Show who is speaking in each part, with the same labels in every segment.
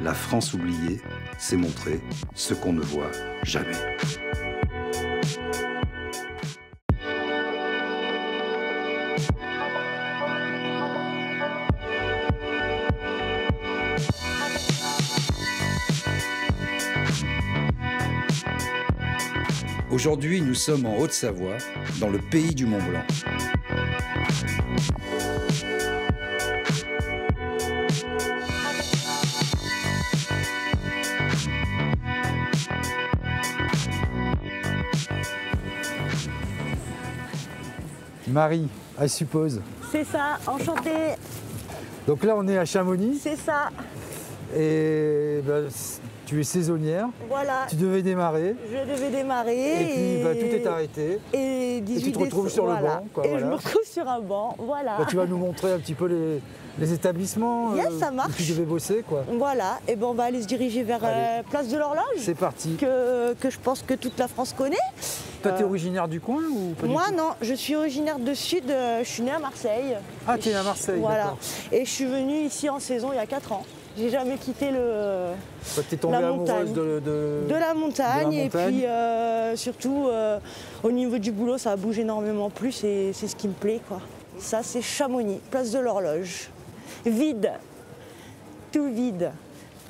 Speaker 1: La France oubliée, c'est montrer ce qu'on ne voit jamais. Aujourd'hui, nous sommes en Haute-Savoie, dans le pays du Mont Blanc.
Speaker 2: Marie, I suppose.
Speaker 3: C'est ça, enchanté,
Speaker 2: Donc là, on est à Chamonix
Speaker 3: c'est ça,
Speaker 2: et ben, c- tu es saisonnière.
Speaker 3: voilà.
Speaker 2: Tu devais démarrer
Speaker 3: Je devais démarrer.
Speaker 2: et puis bah, tout est arrêté.
Speaker 3: Et, 18
Speaker 2: tu te retrouves
Speaker 3: déce-
Speaker 2: sur le
Speaker 3: voilà.
Speaker 2: banc, quoi,
Speaker 3: et
Speaker 2: voilà.
Speaker 3: je me retrouve sur un banc, voilà.
Speaker 2: Bah, tu vas nous montrer un petit peu les, les établissements
Speaker 3: Ah.
Speaker 2: euh,
Speaker 3: Yes, ça
Speaker 2: où
Speaker 3: marche.
Speaker 2: tu devais bosser. quoi.
Speaker 3: Voilà, et ben on va aller se diriger vers
Speaker 2: Allez.
Speaker 3: euh, Place de l'Horloge,
Speaker 2: C'est parti.
Speaker 3: que, que je pense que toute la France connaît.
Speaker 2: Toi, t'es
Speaker 3: euh,
Speaker 2: originaire du coin ou pas du
Speaker 3: Moi,
Speaker 2: tout
Speaker 3: non, je suis originaire de Sud, euh, je suis née à Marseille.
Speaker 2: Ah,
Speaker 3: Et
Speaker 2: t'es à
Speaker 3: je-
Speaker 2: Marseille,
Speaker 3: Voilà.
Speaker 2: d'accord.
Speaker 3: Et je suis venue ici en saison il y a 4 ans. J'ai jamais quitté le,
Speaker 2: Toi, T'es tombée
Speaker 3: la
Speaker 2: amoureuse
Speaker 3: montagne.
Speaker 2: de, de-
Speaker 3: de la montagne.
Speaker 2: de la
Speaker 3: et
Speaker 2: montagne.
Speaker 3: puis euh, surtout, euh, au niveau du boulot, ça bouge énormément plus et c'est ce qui me plaît. quoi. Ça, c'est Chamonix, place de l'horloge. Vide, tout vide.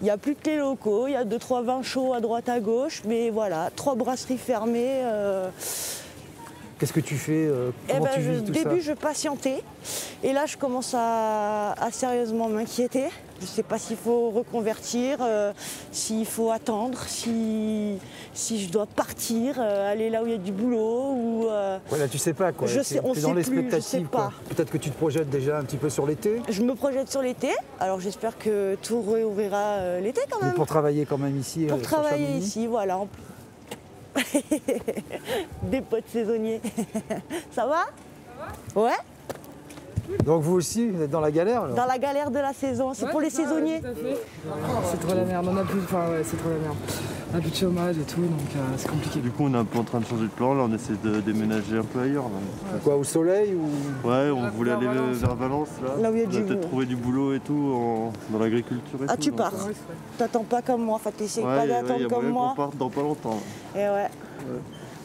Speaker 3: Il n'y a plus que les locaux, il y a deux, trois vins chauds à droite, à gauche, mais voilà, trois brasseries fermées. euh,
Speaker 2: Qu'est-ce que tu fais euh,
Speaker 3: eh
Speaker 2: Comment
Speaker 3: ben,
Speaker 2: tu
Speaker 3: je-
Speaker 2: vis tout ça
Speaker 3: début, je patientais. Et là, je commence à, à sérieusement m'inquiéter. Je ne sais pas s'il faut reconvertir, euh, s'il faut attendre, si, si je dois partir, euh, aller là où il y a du boulot. Ou, euh,
Speaker 2: Voilà, tu sais pas quoi.
Speaker 3: Je
Speaker 2: T'es-
Speaker 3: sais- on
Speaker 2: t'es dans
Speaker 3: sait plus, je sais
Speaker 2: l'expectative. quoi.
Speaker 3: pas.
Speaker 2: Peut-être que tu te projettes déjà un petit peu sur l'été.
Speaker 3: Je me projette sur l'été. Alors, j'espère que tout réouvrira euh, l'été quand
Speaker 2: Mais
Speaker 3: même.
Speaker 2: pour travailler quand même ici. euh,
Speaker 3: Pour
Speaker 2: sur
Speaker 3: travailler
Speaker 2: Chamonix.
Speaker 3: ici, voilà. en plus. Des potes saisonniers. Ça va Ça va Ouais
Speaker 2: Donc vous aussi, vous êtes dans la galère alors
Speaker 3: Dans la galère de la saison. C'est pour les saisonniers.
Speaker 4: Ah, C'est trop la merde, on a plus, enfin ouais, c'est trop la merde. On a plus de chômage et tout, donc euh, c'est compliqué.
Speaker 5: Du coup, on est un peu en train de changer de plan. Là, on essaie de déménager un peu ailleurs. là.
Speaker 2: Quoi, au soleil ou
Speaker 5: Ouais, on
Speaker 4: Vers-
Speaker 5: voulait
Speaker 4: vers
Speaker 5: aller
Speaker 4: Valence.
Speaker 5: vers Valence. Là,
Speaker 3: Là où il y a
Speaker 5: on
Speaker 3: du-
Speaker 5: a peut-être trouvé du boulot et tout en- dans l'agriculture. et
Speaker 3: Ah,
Speaker 5: tout,
Speaker 3: tu
Speaker 5: donc,
Speaker 3: pars.
Speaker 5: euh,
Speaker 3: T'attends pas comme moi, enfin t'essayes
Speaker 5: Ouais,
Speaker 3: pas
Speaker 5: il y
Speaker 3: d'attendre
Speaker 5: a
Speaker 3: comme
Speaker 5: moyen qu'on
Speaker 3: moi.
Speaker 5: parte dans pas longtemps.
Speaker 3: Et ouais.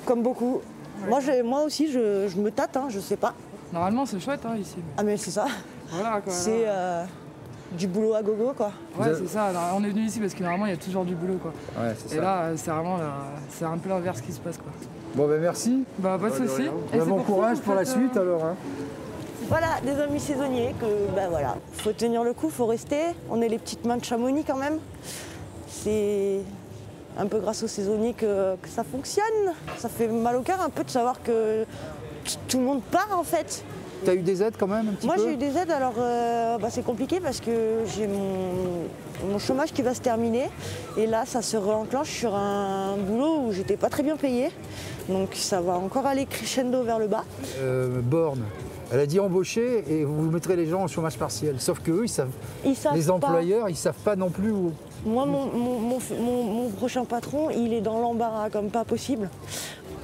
Speaker 3: Comme beaucoup. Moi, je- moi aussi, je, je me tâte, hein, je sais pas.
Speaker 4: Normalement c'est chouette hein, ici. mais
Speaker 3: Ah, mais c'est ça.
Speaker 4: Voilà quoi.
Speaker 3: C'est euh, du boulot à gogo, quoi.
Speaker 2: Vous
Speaker 4: Ouais
Speaker 2: avez-
Speaker 4: c'est ça, Alors, on est venu ici parce que normalement il y a toujours du boulot quoi.
Speaker 2: Ouais, c'est
Speaker 4: Et là euh, c'est vraiment la- c'est un peu l'inverse qui se passe quoi.
Speaker 2: Bon, ben merci.
Speaker 4: Bah pas de
Speaker 5: de
Speaker 4: soucis. Et
Speaker 5: rien.
Speaker 3: Eh,
Speaker 2: Bah,
Speaker 4: c'est
Speaker 2: bon
Speaker 4: ça,
Speaker 2: courage
Speaker 4: en
Speaker 2: pour la
Speaker 4: fait, euh,
Speaker 2: suite alors. hein.
Speaker 3: Voilà, des amis saisonniers que, ben voilà, faut tenir le coup, faut rester. On est les petites mains de Chamonix quand même. C'est un peu grâce aux saisonniers que, que ça fonctionne. Ça fait mal au cœur un peu de savoir que t- tout le monde part en fait.
Speaker 2: T'as eu des aides quand même un petit
Speaker 3: Moi
Speaker 2: peu
Speaker 3: j'ai eu des aides, alors euh, bah, c'est compliqué parce que j'ai mon, mon chômage qui va se terminer et là ça se réenclenche sur un boulot où j'étais pas très bien payée. Donc ça va encore aller crescendo vers le bas.
Speaker 2: Euh, Borne. Elle a dit embaucher et vous mettrez les gens en chômage partiel. Sauf que eux, ils savent.
Speaker 3: Ils savent
Speaker 2: Les
Speaker 3: pas.
Speaker 2: employeurs, ils savent pas non plus où.
Speaker 3: Moi mon, mon- mon- mon- mon prochain patron il est dans l'embarras comme pas possible.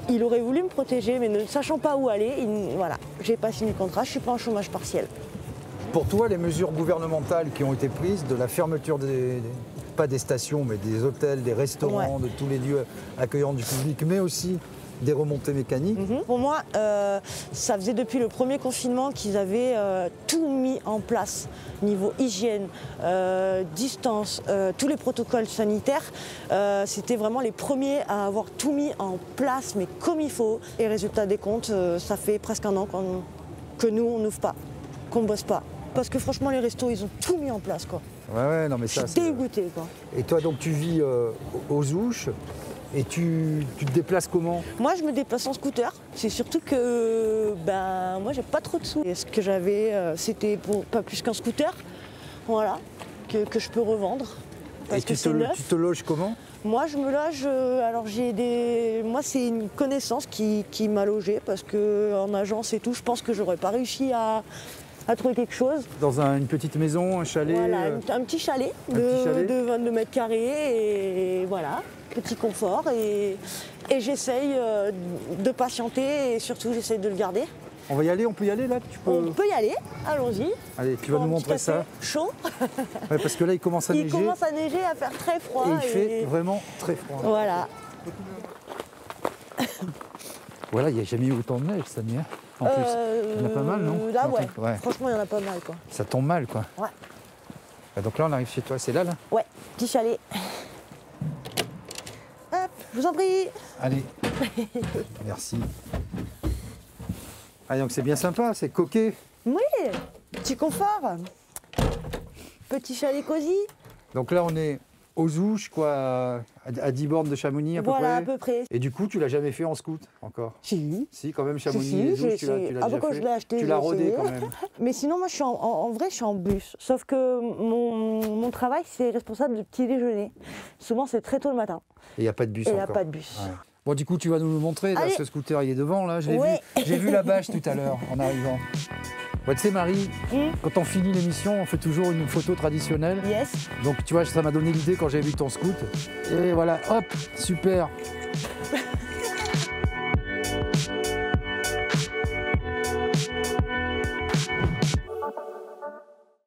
Speaker 3: Il aurait voulu me protéger mais ne sachant pas où aller, il- voilà, j'ai pas signé le contrat, je suis pas en chômage partiel.
Speaker 2: Pour toi, les mesures gouvernementales qui ont été prises, de la fermeture des, des- pas des stations, mais des hôtels, des restaurants, de tous les lieux accueillants du public, mais aussi des remontées mécaniques.
Speaker 3: Pour moi, euh, ça faisait depuis le premier confinement qu'ils avaient euh, tout mis en place, niveau hygiène, euh, distance, euh, tous les protocoles sanitaires. Euh, C'était vraiment les premiers à avoir tout mis en place, mais comme il faut. Et résultat des comptes, euh, ça fait presque un an qu'on- que nous, on n'ouvre pas, qu'on bosse pas. Parce que franchement, les restos, ils ont tout mis en place, quoi.
Speaker 2: Ouais, ouais, non, mais
Speaker 3: Mhm. Je
Speaker 2: ça.
Speaker 3: suis
Speaker 2: c'est-
Speaker 3: dégoûtée, quoi.
Speaker 2: Et toi, donc, tu vis euh, aux ouches et tu, tu te déplaces comment
Speaker 3: Moi, je me déplace en scooter. C'est surtout que ben moi, j'ai pas trop de sous. Et ce que j'avais, euh, c'était pour pas plus qu'un scooter, voilà, que, que je peux revendre. parce
Speaker 2: Et
Speaker 3: que
Speaker 2: tu te,
Speaker 3: c'est
Speaker 2: lo-
Speaker 3: neuf.
Speaker 2: tu te loges comment
Speaker 3: Moi, je me loge. euh, alors, j'ai des. Moi, c'est une connaissance qui, qui m'a logé parce que en agence et tout, je pense que j'aurais pas réussi à, à trouver quelque chose.
Speaker 2: Dans un- une petite maison, un chalet
Speaker 3: voilà,
Speaker 2: euh,
Speaker 3: une- un, petit chalet
Speaker 2: un
Speaker 3: de,
Speaker 2: petit chalet.
Speaker 3: de 22 mètres carrés et voilà, petit confort. Et, et j'essaye euh, de patienter et surtout, j'essaye de le garder.
Speaker 2: On va y aller, on peut y aller là Tu peux.
Speaker 3: On peut y aller, allons-y.
Speaker 2: Allez, Euh. tu vas
Speaker 3: Pour
Speaker 2: nous
Speaker 3: un petit
Speaker 2: montrer
Speaker 3: café
Speaker 2: ça.
Speaker 3: Chaud.
Speaker 2: Ouais, parce que là, il commence à
Speaker 3: Il
Speaker 2: neiger
Speaker 3: commence à neiger, à faire très froid.
Speaker 2: et il fait
Speaker 3: et- Oh.
Speaker 2: vraiment très froid.
Speaker 3: Voilà.
Speaker 2: Voilà, il n'y a jamais eu autant de neige cette année. hein, En plus, il y en a pas mal, non
Speaker 3: Euh, Là,
Speaker 2: J'entends-
Speaker 3: ouais. Franchement, il y en a pas mal, quoi.
Speaker 2: Ça tombe mal, quoi.
Speaker 3: Ouais.
Speaker 2: Bah, donc là, on arrive chez toi. C'est là, là
Speaker 3: Ouais, petit chalet. Hop, je vous en prie.
Speaker 2: Allez. Merci. Ah, donc c'est bien sympa, c'est coquet.
Speaker 3: Oui, petit confort. Petit chalet cosy.
Speaker 2: Donc là, on est aux ouches, quoi, à, à 10 bornes de Chamonix, à peu
Speaker 3: voilà, à
Speaker 2: près.
Speaker 3: peu près.
Speaker 2: Et du coup, tu l'as jamais fait en scout, encore
Speaker 3: Si.
Speaker 2: Si, quand même,
Speaker 3: Si, si,
Speaker 2: Chamonix, les
Speaker 3: j'ai
Speaker 2: ouches, tu l'as
Speaker 3: essayé.
Speaker 2: tu l'as
Speaker 3: Ah,
Speaker 2: déjà
Speaker 3: pourquoi
Speaker 2: fait.
Speaker 3: je l'ai acheté,
Speaker 2: Tu
Speaker 3: je
Speaker 2: l'as
Speaker 3: l'ai
Speaker 2: rodé,
Speaker 3: essayé.
Speaker 2: quand même.
Speaker 3: Mais sinon, moi, je suis en, en- en vrai, je suis en bus. Sauf que mon, mon travail, c'est responsable du petit déjeuner. Souvent, c'est très tôt le matin.
Speaker 2: Et il n'y a pas de bus
Speaker 3: Et il n'y a
Speaker 2: encore.
Speaker 3: pas de bus.
Speaker 2: Ouais. Bon, du coup, tu vas nous le montrer. Là,
Speaker 3: Allez.
Speaker 2: ce scooter, il est devant, là. Je l'ai
Speaker 3: Ouais.
Speaker 2: vu. J'ai vu la bâche tout à l'heure en arrivant. Bah, tu sais, Marie,
Speaker 3: Hmm.
Speaker 2: quand on finit l'émission, on fait toujours une photo traditionnelle.
Speaker 3: Yes.
Speaker 2: Donc, tu vois, ça m'a donné l'idée quand j'ai vu ton scoot. Et voilà, hop, super.